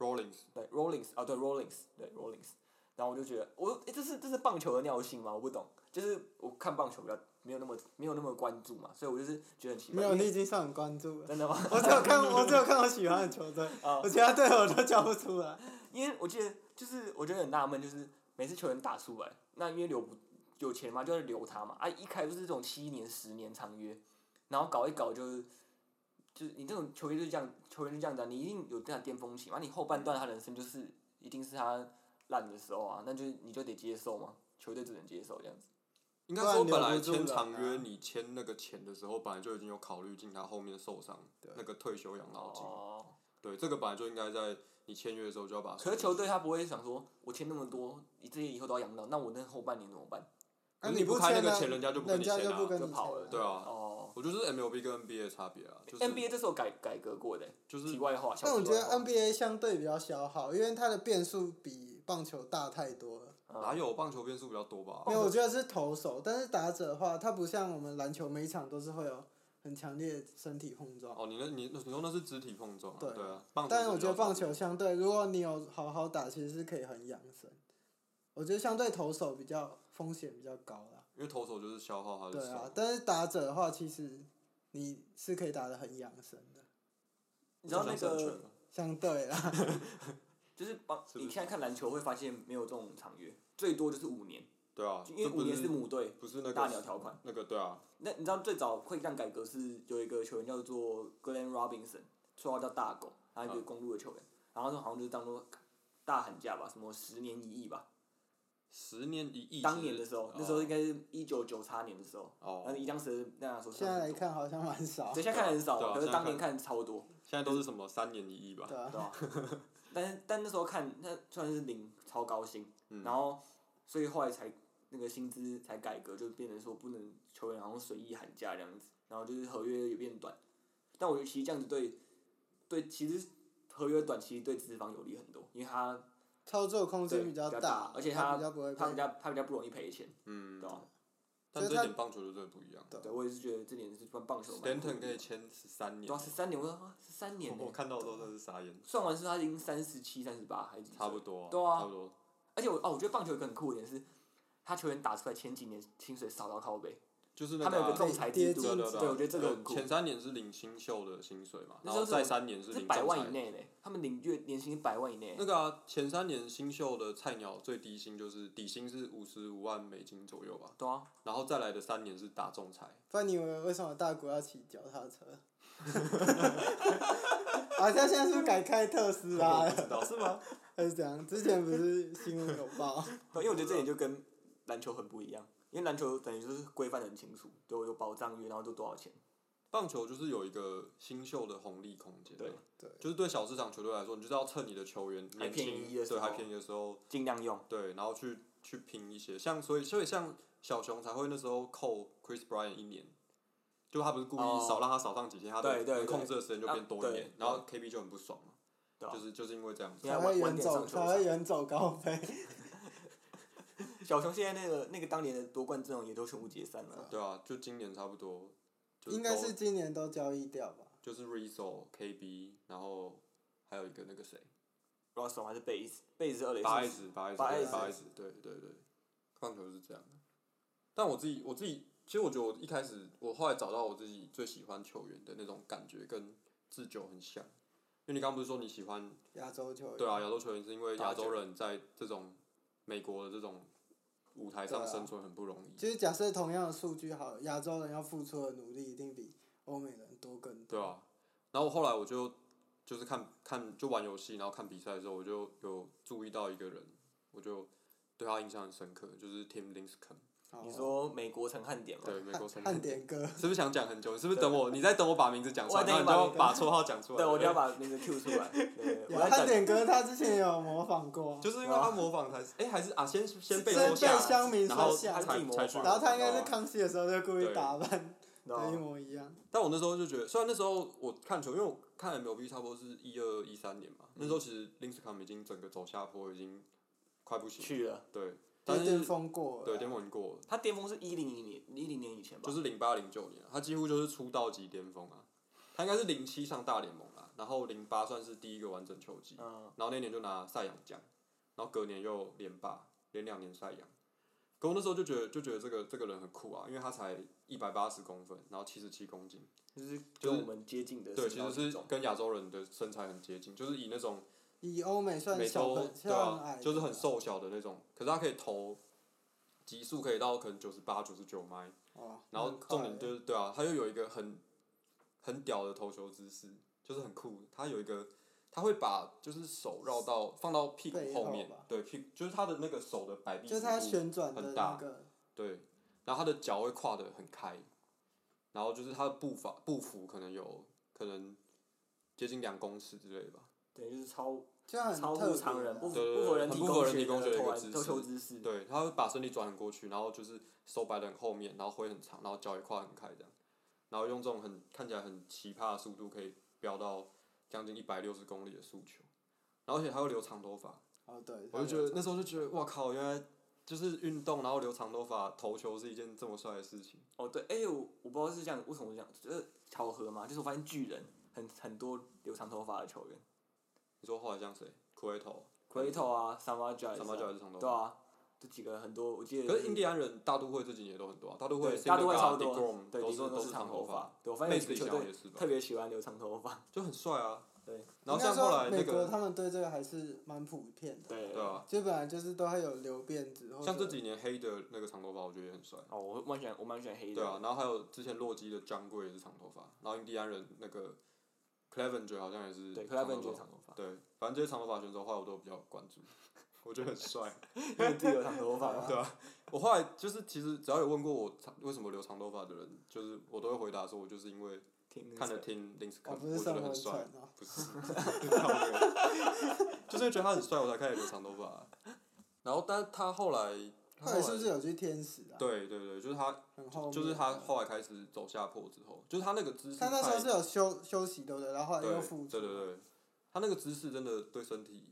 ，Rollins，对，Rollins 啊，对，Rollins，对，Rollins。然后我就觉得，我诶，这是这是棒球的尿性吗？我不懂，就是我看棒球比较没有那么没有那么关注嘛，所以我就是觉得很奇怪。没有，因为你已经算很关注了。真的吗？我只有看，我只有看我喜欢的球 队，啊我其他队我都叫不出来。因为我记得就是我觉得很纳闷，就是每次球员打出来，那因为留不有钱嘛，就要留他嘛，啊，一开就是这种七年、十年长约，然后搞一搞就是。就是你这种球员就是这样，球员就这样子、啊，你一定有这样巅峰期嘛？你后半段他人生就是一定是他烂的时候啊，那就你就得接受嘛，球队只能接受这样子。应该说本来不然留签不住长人约，啊你签那个钱的时候，本来就已经有考虑进他后面受伤那个退休养老金。哦，对，这个本来就应该在你签约的时候就要把它可算进去。是球队他不会想说，我签那么多，你这些以后都要养老，那我那后半年怎么办？可是你你不不开那签个啊钱人家就不跟人你家签就啊不跟就你跑签了对啊哦我觉得这是 MLB 跟 NBA 的差别啊，就是，NBA 这是有改改革过的，就是题外话。小但我题觉外得话 NBA 相对比较消耗，因为它的变数比棒球大太多了。嗯哪有棒球变数比较多吧？没哦有，我觉得是投手，但是打者的话，它不像我们篮球每一场都是会有很强烈的身体碰撞。哦，你那你你说那是肢体碰撞啊，对对啊，棒球但是是我比觉得较棒少的球相对，如果你有好好打，其实是可以很养生。我觉得相对投手比较风险比较高啦。因为投手就是消耗他的对啊手，，但是打者的话，其实你是可以打得很养生的，你知道那就像三个拳嘛相 对啦。就是帮是不是你现在看篮球会发现没有这种长约，最多就是五年，对啊，因为这不五年是母队。不是那个大鸟条款那个对啊，那你知道最早会这样改革是有一个球员叫做 Glenn Robinson，绰号叫大狗，他一个嗯公路的球员，然后他好像就是当做大喊价吧，什么十年一亿吧，十年一亿，当年的时候哦，那时候应该是一九九差年的时候，哦那你当时那样说，现在来，看好像蛮少，对，对现在看很少对啊啊，可是现在当年看看超多，现在都是什么三年一亿吧？啊对。吧？ 但是但那时候看，那算是领超高薪，嗯然后所以后来才那个薪资才改革，就变成说不能球员然后随意喊价这样子，然后就是合约也变短。但我觉得其实这样子对对，其实合约短其实对资方有利很多，因为他操作空对间比较比较大大，而且它他比较不会他比被较他比较不容易赔钱，嗯对，啊吧？但所以这他点棒球就真的不一样。对对啊我也是觉得这点是棒棒球蛮嗯 Stanton 可以签十三年对啊，，十三年，我说十三年、我欸，看到的时候真的是傻眼，算完是他已经三十七、三十八还是几岁差不多，对啊差不多。而且我哦，我觉得棒球有一个很酷的点是，他球员打出来前几年薪水少到靠背，就是那他们有个啊个仲裁跌制进度，对去对对，我觉得这个很酷，前三年是领新秀的薪水嘛，那然时候后是再三年是是领百万仲裁以内嘞，他们领月年薪百万以内那，个啊，前三年新秀的菜鸟最低薪就是底薪是五十五万美金左右吧，对 啊，然后再来的三年是打仲裁，不然你以为为什么大谷要骑脚踏车？ 好像现在是不是改开特斯拉我了，不知道哦是吗？还是怎样？之前不是新闻有报，对，因为我觉得这点就跟篮球很不一样，因为篮球等于就是规范得很清楚，就有保障约，然后就多少钱，棒球就是有一个新秀的红利空间啊，对对就是 对小市场球队来说，你就是要趁你的球员还年轻便宜的时对，候还便宜的时候，尽量用，对，然后去去拼一些，像所以所以像小熊才会那时候扣 Chris Bryant 一年，就他不是故哦意少让他少上几天，他的对对能控对制的时间就啊变多一对点，然后 KB 就很不爽嘛，对啊就是就是因为这样子因，为才晚会晚远点上走，球场才会远走高飞。小熊现在那个那个当年的夺冠阵容也都全部解散了，对啊，就今年差不多，就应该都是今年都交易掉吧？就是 Rizzo、KB，然后还有一个那个谁，不知道手还是贝斯，贝斯二垒八手 S 子、八 S 八 S S 八 S，对对对，棒球是这样的。但我自己我自己，其实我觉得我一开始我后来找到我自己最喜欢球员的那种感觉，跟自九很像。因为你刚刚不是说你喜欢亚洲球员。对啊亚洲球员，是因为打亚球洲人在这种美国的这种舞台上对啊生存很不容易，就是假设同样的数据好了，亚洲人要付出的努力一定比欧美人多更多。对啊。然后后来我就就是看看就玩游戏，然后看比赛的时候，我就有注意到一个人，我就对他印象很深刻，就是 Tim Lincecum，好你说美国陈汉典嘛，对美国成汉典哥，是不是想讲很久？你是不是等我？你在等我把名字讲出来，我在然后等你你就要把把绰号讲出来。对，我就要不把那个 Q 出来，对， 我要啊汉讲，典哥他之前也有模仿过，哎就是因为他模仿才是，哎，还是啊，先先被是说被下，乡民然后说下才他自己模才去仿然后他应该哦是康熙的时候就故意对啊打扮然对，一后模一样。但我那时候就觉得，虽然那时候我看球，因为我看 MLB 差不多是一二一三年嗯嘛，那时候其实林斯康已经整个走下坡，已经快不行了。去啊了。对，但就是巅峰过了，对巅峰已经过了，他巅峰是一零年一零年以前吧？就是零八零九年，啊他几乎就是出道即巅峰啊。他应该是零七上大联盟啦，然后零八算是第一个完整球季，嗯，然后那年就拿赛扬奖，然后隔年又连霸，连两年赛扬。可我那时候就觉得就觉得这个这个人很酷啊，因为他才一百八十公分，然后七十七公斤，就是就跟是我们接近的对，身其高实体是重跟亚洲人的身材很接近，就是以那种以欧美算美小洲朋，对算矮啊的，就是很瘦小的那种，可是他可以投极速可以到可能九十八、九十九迈，哦。然后很快重点就是对啊，他又有一个很很屌的投球姿势，就是很酷，他有一个。他会把就是手绕到放到屁股背后后面吧，对屁就是他的那个手的摆臂就是幅它度旋转的很那大个，对，然后他的脚会跨得很开，然后就是他的步伐步幅可能有可能接近两公尺之类吧，对，就是超就很超特乎别常人，啊不符对对不符合对人很体不符合人学体工学的一投个篮姿投球势姿势。对，他会把身体转很过去，然后就是手摆得很后面，然后挥很长，然后脚也跨得很开这样，然后用这种很看起来很奇葩的速度可以飙到将近一百六十公里的速球，然后而且还会留长头发，哦对，我就觉得那时候就觉得哇靠，原来就是运动然后留长头发投球是一件这么帅的事情，哦，对，哎、我我不知道是这样，为什么是这样，就是巧合嘛。就是我发现巨人很很多留长头发的球员你说后来像谁？奎头， ，Quito 啊 s a m a j a 萨马乔也是长头对发。啊，这几个很多，我记得可是印第安人大都会这几年也都很多、啊，大都会对大都会超多 Senga，Degrom，，对，都理是论都是长长头发，，对我发现有几个妹球子以前好像队也是吧特别喜欢留长头发，就很帅啊。对，然后应该像后说来那美国个，他们对这个还是蛮普遍的，对对啊，就本来就是都会有留辫子，或像这者哦几年黑的那个长头发，我觉得也很帅。哦，我蛮喜欢，我蛮喜欢黑的，对啊，然后还有之前洛基的张贵也是长头发，然后印第安人那个 Clevenger 好像也是对 c l e 长 v e n 就是头发长头发，对，反正这些长头发选手后来我都比较关注， 我觉得很帅。因为自己有长头 发嘛，对啊，我后来就是其实只要有问过我长为什么留长头发的人，就是我都会回答说，我就是因为挺看了听林斯哦康，不是我觉上得温很泉帅。哦，不是， 靠背就是觉得他很帅，我才开始留长头发啊、然后，但是他后来，他后后来来是不是有去天使啊？，对对对，就是他，很后面就是他的后来开始走下坡之后，就是他那个姿势他太，那时候是有休休息对不对？然后后来对又复出，对对对，他那个姿势真的对身体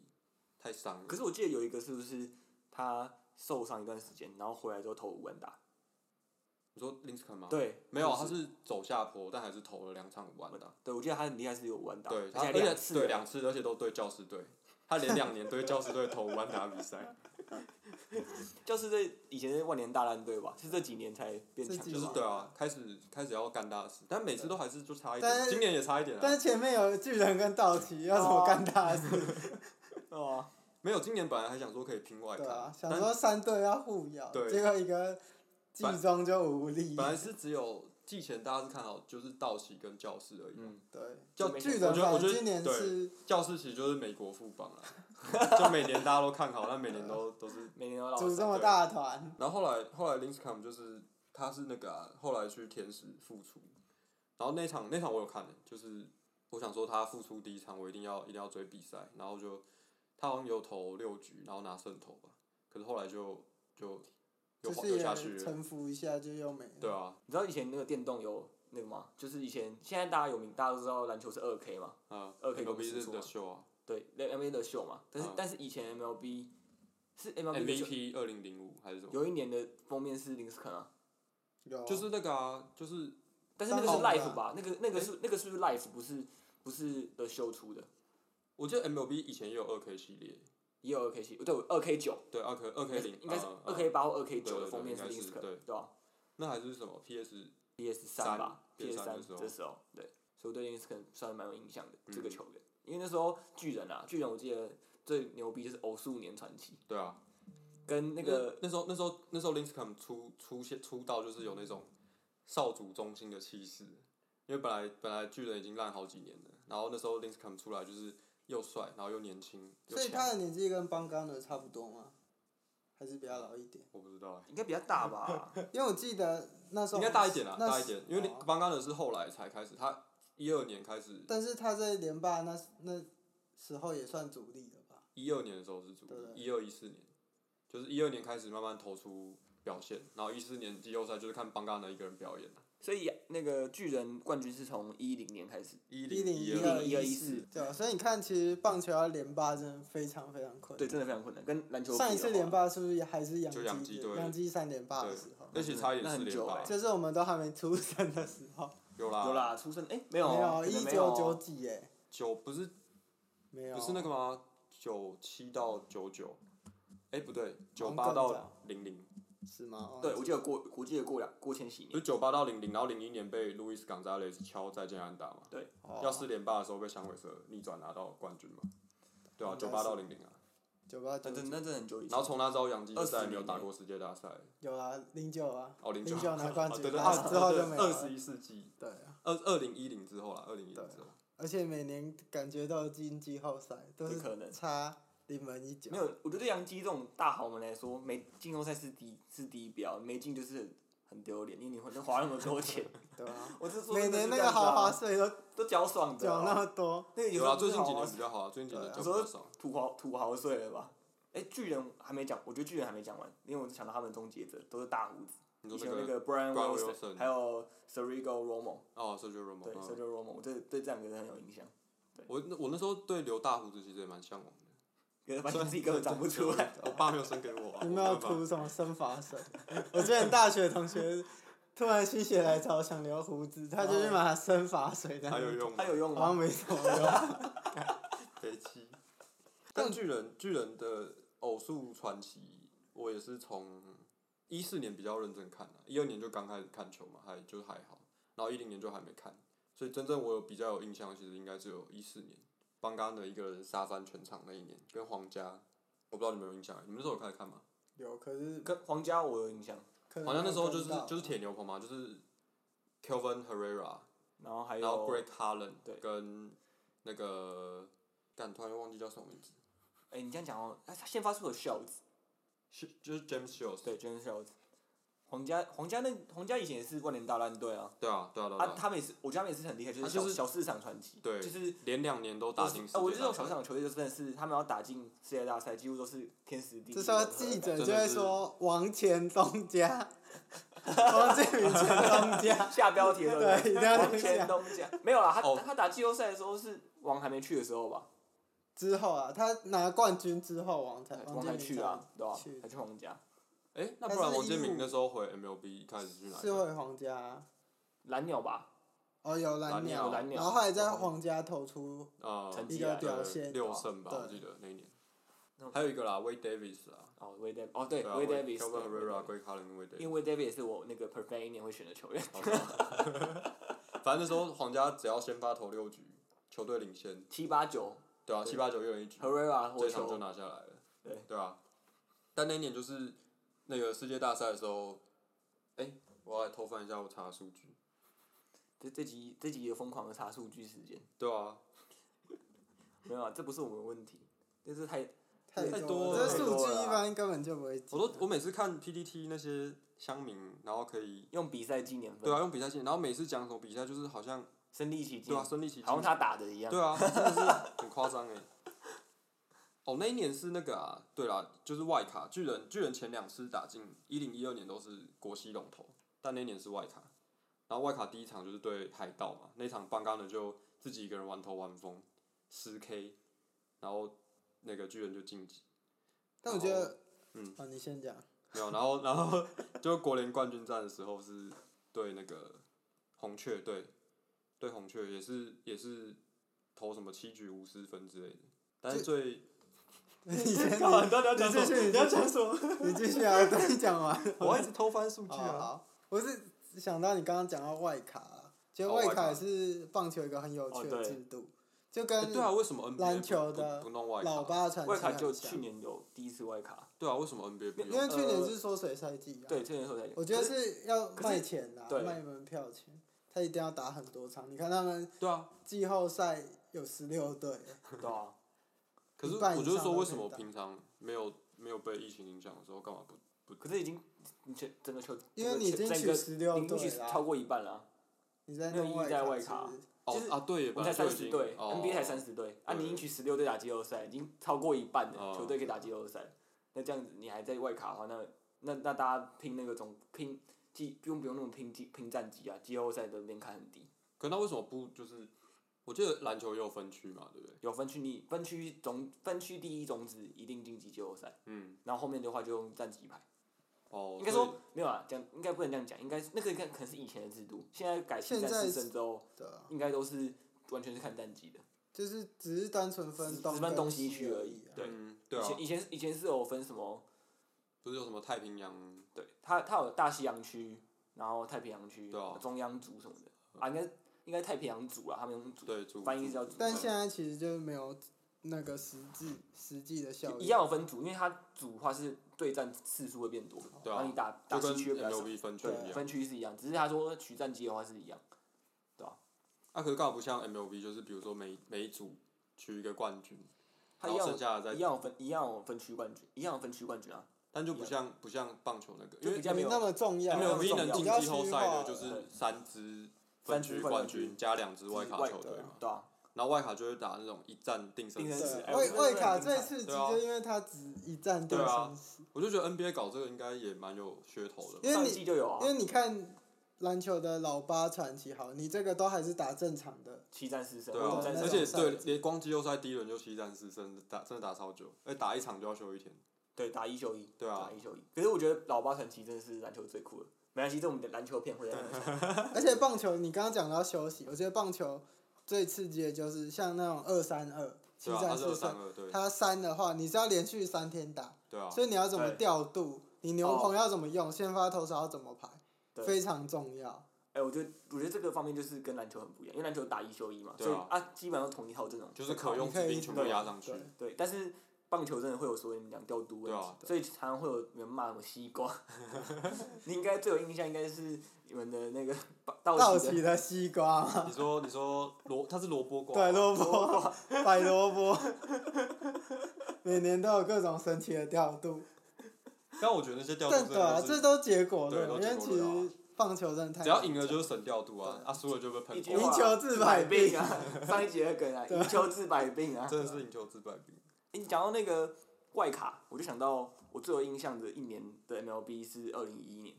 太伤了。可是我记得有一个是不是他受伤一段时间，然后回来之后投五万打，你说林斯肯吗？，对，哦没有，啊他就是走下坡，但还是投了两场五万打。对，我记得他很厉害，是有五万打，对，他而且而两且次对了，两次，而且都对教师队，他连两年对教师队投五万打比赛，就是这以前是万年大烂队吧，是这几年才变这强，几就是年对啊，开始开始要干大事，但每次都还是就差一但点，是今年也差一点啊。但是前面有巨人跟道奇，要怎么干大事？哦啊，没有，今年本来还想说可以拼外卡，对啊，想但说三队要互咬，对结果一个季中就无力。本来是只有季前大家是看好就是道奇跟教室而已。嗯，对，就没巨想人我觉得我反觉正得今年对是教室其实就是美国副帮了， 就每年大家都看好，但每年都都是。每年都老组这三么大团，然后后来后来 Linscom 就是他是那个、啊、后来去天使复出，然后那场那场我有看、欸就是我想说他复出第一场我一定要一定要追比赛，然后就他好像有投六局，然后拿胜投吧，可是后来就就就又滑是又也下去了，臣服一下就又没对了。啊，你知道以前那个电动有那个吗？就是以前现在大家有名，大家都知道篮球是二 K 嘛，啊二 K ，MLB 公司是出 The 啊 Show 啊。对那，NBA 的秀嘛，但是、嗯但是以前 MLB 是 MLB 的秀 MVP 二零零五还是什么？有一年的封面是林斯肯啊，有就是那个啊，就是但是那个三是号的 Life 吧？那个那个是那个是不是 Life？不是不是的秀出的，我记得 MLB 以前也有二 K 系列，也有二 K 系，对，二 K 九，对，二 K 二 K 零，应该是嗯嗯二 K 八或二 K 对对九的对封面是应该林是斯肯，对吧那还是什么 PS ？PS 三吧三，PS 三 PS3 的时候这时候，对，所以我对林斯肯算是蛮有印象的这个嗯球员，因为那时候巨人啊，巨人我记得最牛逼就是偶数年传奇，对啊，跟那 个那时候那时候那时候 Linscom 出出现出道就是有那种少主中心的气势，因为本来本来巨人已经烂好几年了，然后那时候 Linscom 出来就是又帅，然后又年轻又所以他强，的年纪跟邦刚的差不多吗？还是比较老一点？我不知道哎、应该比较大吧，因为我记得那时候应该大一点啦，那大一点，因为哦刚刚的是后来才开始，他一二年开始，但是他在联霸那那时候也算主力了吧？一二年的时候是主对力，一二一四年，就是一二年开始慢慢投出表现，然后一四年季后赛就是看邦嘎那一个人表演啊， 所以那个巨人冠军是从一零年开始，一一零零一二二一二一四四，对啊，所以你看，其实棒球要连霸真的非常非常困对，难。真的非常困难，跟篮球比的话上一次连霸是不是也还是就洋洋基基的？队洋基三连霸的对时候，，而且差一点那四很连久败欸，就是我们都还没出生的时候，有有啦，啦，出生哎没有 哦，没有可能一没有九哦九几哎，九不是没有，不是那个吗？九七到九九，哎不对，九好八像更到早零零，是吗？哦对，我记得过，我记得过两过千禧就年，九八到零零，然后零一年被路易斯冈扎雷斯敲再见安打嘛，哦要四连霸的时候被响尾蛇逆转拿到冠军嘛，对啊，应该九是八到零零啊，九八九但真几那真的很久以前然后。从那之后杨基就再也没有20打过世界大赛，有啊，零九啊，哦零零九九拿冠啊军，对对，但啊之后就对没有二十了。一世纪对啊，二二零一零之后啦，二零一零之后，而且每年感觉都有进季后赛，都有是可能差临门一脚没。有，我觉得对杨基这种大豪门来说，没进后赛是低是低标，没进就是很很丢脸，因为你会花那么多 钱。对啊，我是说每真的年是那这个样子啊豪华税 都都缴爽的、缴那么啊，多，那个有时啦，候最近豪几华年比较好啊，最近几对年啊就有比时候较少。土豪土豪税了吧？哎、巨人还没讲，我觉得巨人还没讲完，因为我只想到他们终结者都是大胡子，你以说前那有那个个 Brian Brian Wilson 还有 Serigo Romo，哦，Sergio 对 Romo，嗯 Serigo Romo，我对对这两个人很有印象，我那我那时候对留大胡子其实也蛮向往的，啊可是发现自己根本长不出来。我爸没有生给我啊， 你我没们有有办法涂什么生发水？我之前大学同学突然心血来潮想留胡子，他就去买生发水在那还边有用吗啊 他？有用啊好像吗？没什么用。北七。但巨人巨人的偶数传奇，我也是从一四年比较认真看的、啊一二年就刚开始看球嘛，还就是还好，然后一零年就还没看，所以真正我有比较有印象，其实应该只有一四年，邦刚的一个人杀翻全场那一年，跟皇家，我不知道你们有印象，啊你们那时候有开始看吗？有，可是跟皇家我有印象，可能好像那时候就是没有呃跟到就是铁牛棚嘛，就是 Kelvin Herrera，然后还然后有 Greg Harlan 对跟那个，干突然又忘记叫什么名字，哎、你这样讲哦，哎，他先发出了 Shields，是就是 James Shields，对，James Shields。皇家皇家那皇家以前也是万年大烂队啊，对啊，对啊，对啊，啊，对啊他们也是，我觉得他们也是很厉害，就他是就小是小市场传奇，对就是连两年都打进世界哎，大赛。我觉得这种小市场球队就真的是，他们要打进世界大赛，几乎都是天时地利人这时和候的。记者就会说王前东家，王建民前东 家，下标题了，对一定要王这前样东家没有啦，他哦他打季后赛的时候是王还没去的时候吧，之后啊，他拿冠军之后，王才王建才民去啊，对吧去？才去皇家，哎、那不然王但建是民15那时候回 MLB 一开始去哪里是看？回皇家啊，蓝鸟吧，哦有蓝蓝鸟鸟，蓝鸟然后后来在皇家投出呃，成绩一起来个了表对现，六胜吧，对我记得那一年那种。还有一个啦，Way Davis 啦，哦，Way Davis，哦对对啊，Way Davis， Kelvin Herrera、对 Greg Harlan 跟 Way 因 Davis。为 Way Davis 也是我那个 perfect 一年会选的球员，好爽 反正那时候皇家只要先发投六局，球队领先，七八九对啊，对七八九一人一局， Herrera 这火一场就球，拿下来了。对啊，但那一年就是那个世界大赛的时候，哎、我要来偷翻一下我查的数据。这这集这集有疯狂的查数据时间，对啊，没有啊，这不是我们的问题，这是太太太多多了了这数据一般根本就不会记。我 都我每次看 PPT 那些乡民，然后可以用比赛纪年分对，啊用比赛线，然后每次讲什么比赛，就是好像身临其境对啊，身临其境，好像他打的一样。对啊，真的是很夸张哎。哦，那一年是那个啊，对啦，就是外卡巨人，巨人前两次打进一零一二年都是国西龙头，但那一年是外卡，然后外卡第一场就是对海盗嘛，那场邦刚的就自己一个人玩头玩疯，十 K，然后那个巨人就晋级，但我觉得，嗯，哦，你先讲，没有，然后然后就国联冠军战的时候是对那个红雀队，对红雀也是也是投什么七局无失分之类的，但是最你先干嘛？你到底要你讲什继么？续，你你要就讲什么？你继续啊，我等你讲完。我一直偷翻数哦，好，我是想到你刚刚讲到外卡啊，其实哦外外卡卡也是棒球一个很有趣哦的对制度，就欸跟对啊，为什么 NBA 篮不球不的不弄外老卡？八传外奇卡就很去像。年有第一次外卡，对啊，为什么 NBA 不因为用？去年是缩水赛季啊，对，，这年时候才有。我觉得可是是要可是卖钱啦，对卖门票钱，他一定要打很多场。你看他们对啊，季后赛有十六队，对啊，可是一半以我就是上说，都为可什以么打平常没有没有被疫情影响的时候，干嘛不？可是已经你全整个球，因为你已经整取个十六你录取队啊超啦，过一半了，啊你在没有意义弄在外是卡不是就哦是啊，对耶，我本们才三来就已十经队哦，NBA 才三十队，啊，你已经取十六队打季后赛，已经超过一半的哦球队可以打季后赛，那这样子你还在外卡的话，那那那大家拼那个总拼季不用不用那么拼季拼战绩啊，季后赛的门槛很低，可那为什么不就是？我记得篮球也有分区嘛，对不对？有分区你分区总分区第一种子一定晋级季后赛，嗯，然后后面的话就用战绩排。哦，应该所以说没有啊，讲应该不能这样讲，应该是那个应该可能是以前的制度，现在改现新战在四是胜之后，对啊，应该都是完全是看战绩的。就是只是单纯分只东只分东西西区而而已啊。对嗯，对以，啊前以前以前是有分什么，不是有什么太平洋，对，它它有大西洋区，然后太平洋区、对啊中央组什么的啊，应该应该太平洋组啊，他们用组对，主翻译是叫主主但现在其实就是没有那个实际实际的效一益样。有分组，因为它组的话是对战次数会变多，对然啊后你打打就西跟区会比较少， MLB 分区一对，样。分区是一样，只是他说取战绩的话是一样，啊，可是刚好不像 MLB，就是比如说每每一组取一个冠军，它然一后样剩下的有一再，样有分一样有分区冠军，一样有分区冠军啊，但就不像不像棒球那个，就因为比较没有那么重要啊，没有比 MLB 较能重进比较季后虚赛化的就是对三支分三区支冠冠军军加两支外卡外球队对啊嘛，对啊。然后外卡就会打那种一战定生定生死死。对，哎外我觉得外这个卡很最精彩刺激，对啊就因为它只一战定对啊生死。我就觉得 NBA 搞这个应该也蛮有噱头的吧。因为上你一季就有啊因，为你看篮球的老八传奇，好，你这个都还是打正常 的，七战四胜，对啊五战那而四且胜种赛对，制连光季后赛第一轮就七战四胜，打真的打超久，哎，打一场就要休一天。对打一休一，对啊打一休一。可是我觉得老八传奇真的是篮球最酷的，没关系，这我们的篮球片会在那边。而且棒球你刚刚讲到休息，我觉得棒球最刺激的就是像那种二三二七对啊，他战是四二三胜，二，对它三的话你是要连续三天打，对啊，所以你要怎么对调度，你牛哦棚要怎么用，先发投手要怎么排，对非常重要。哎，我觉得我觉得这个方面就是跟篮球很不一样，因为篮球打一休一嘛，对所以啊啊基本上统一套阵容，就是可用你可之以兵全部对压上去对。对，但是。棒球真的会有所谓你们讲调度问对题，啊所以常常会有人骂什么西瓜。 你应该最有印象应该是你们的那个道道奇奇的的西瓜嘛，你说你说萝，他是萝卜 瓜，对，萝卜， 白萝卜，每年都有各种神奇的调度。但我觉得那些调度但真对啊的，都这是，都结果论，对因都结为果其论啊实棒球真的太只要难赢了讲就是神调度啊，对啊输了就被喷一狗句赢话球治百病病啊，上一节的 梗啊，赢球治百病啊。真的是赢球治百病。欸你讲到那个外卡，我就想到我最有印象的一年的 MLB 是二零一一年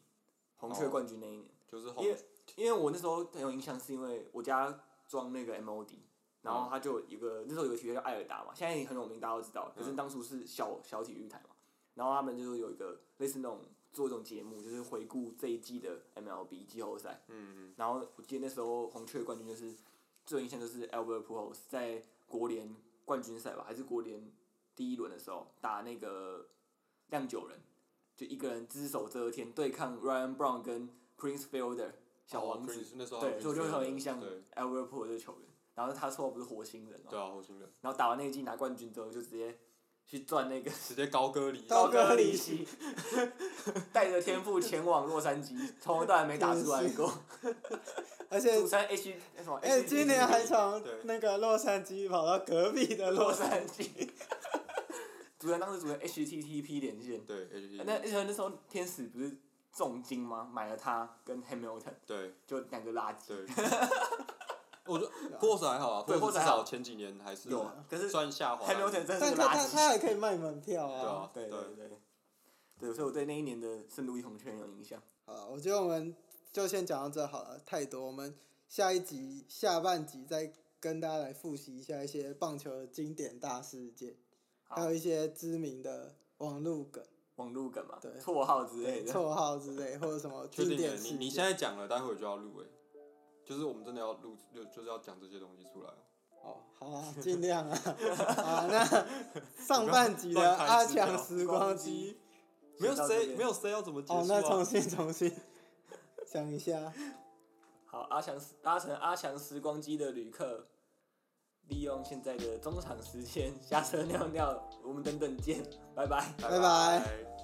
红雀哦冠军那一年，就是红因为因为我那时候很有印象，是因为我家装那个 MOD，然后它就有一个那时候有个体育叫艾尔达嘛，现在也很有名，大家都知道，可是嗯当初是小小体育台嘛，然后他们就是有一个类似那种做一种节目，就是回顾这一季的 MLB 季后赛，嗯，嗯然后我记得那时候红雀冠军就是最有印象就是 Albert Pujols 在国联冠军赛吧，还是国联第一轮的时候打那个酿酒人，就一个人只手遮天对抗 Ryan Brown 跟 Prince Fielder 小哦王 Prince- 子，那时候还有对，所以我就 Prince 很有 Fielder，印象对 Albert Pujols 这个球员。然后他说不是火星人嘛，哦对啊，火星人然后打完那一季拿冠军之后，就直接去赚那个直接高歌离高歌哥利息， 带着天赋前往洛杉矶，从头到尾没打出来过。而且主持人 H 那什么？哎， HDD 今年还从对那个洛杉矶跑到隔壁 的洛洛杉矶，杉矶。 主持人当时主持人 HTTP 连线，对 H T，那而且那时候天使不是重金吗？买了他跟 Hamilton，对就两个垃圾。对。我觉得 p o s 还好啊 p 对 o s Pose 至还好少前几年还是有啊，可是算下滑。 Hamilton 真的但是他垃他圾。他也可以卖门票对啊啊。对对对对，对，所以我对那一年的圣路易红圈有影响。好，我觉得我们就先讲到这好了，太多，我们下一集下半集再跟大家来复习一下一些棒球的经典大事件，好还有一些知名的网络梗、网路梗嘛对，绰号之 类的。绰号之类，或者什么确经定典的，事你件。你现在讲了，待会儿就要录哎，就是我们真的要录，就就是要讲这些东西出来哦。哦，好啊，尽量 啊。好啊，那上半集的阿强时光机，没有先到这 C，边没有 C 要怎么结哦，束那重啊？新重新讲一下。好，阿强时搭乘阿强时光机的旅客，利用现在的中场时间下车尿尿，我们等等见，拜拜。拜拜拜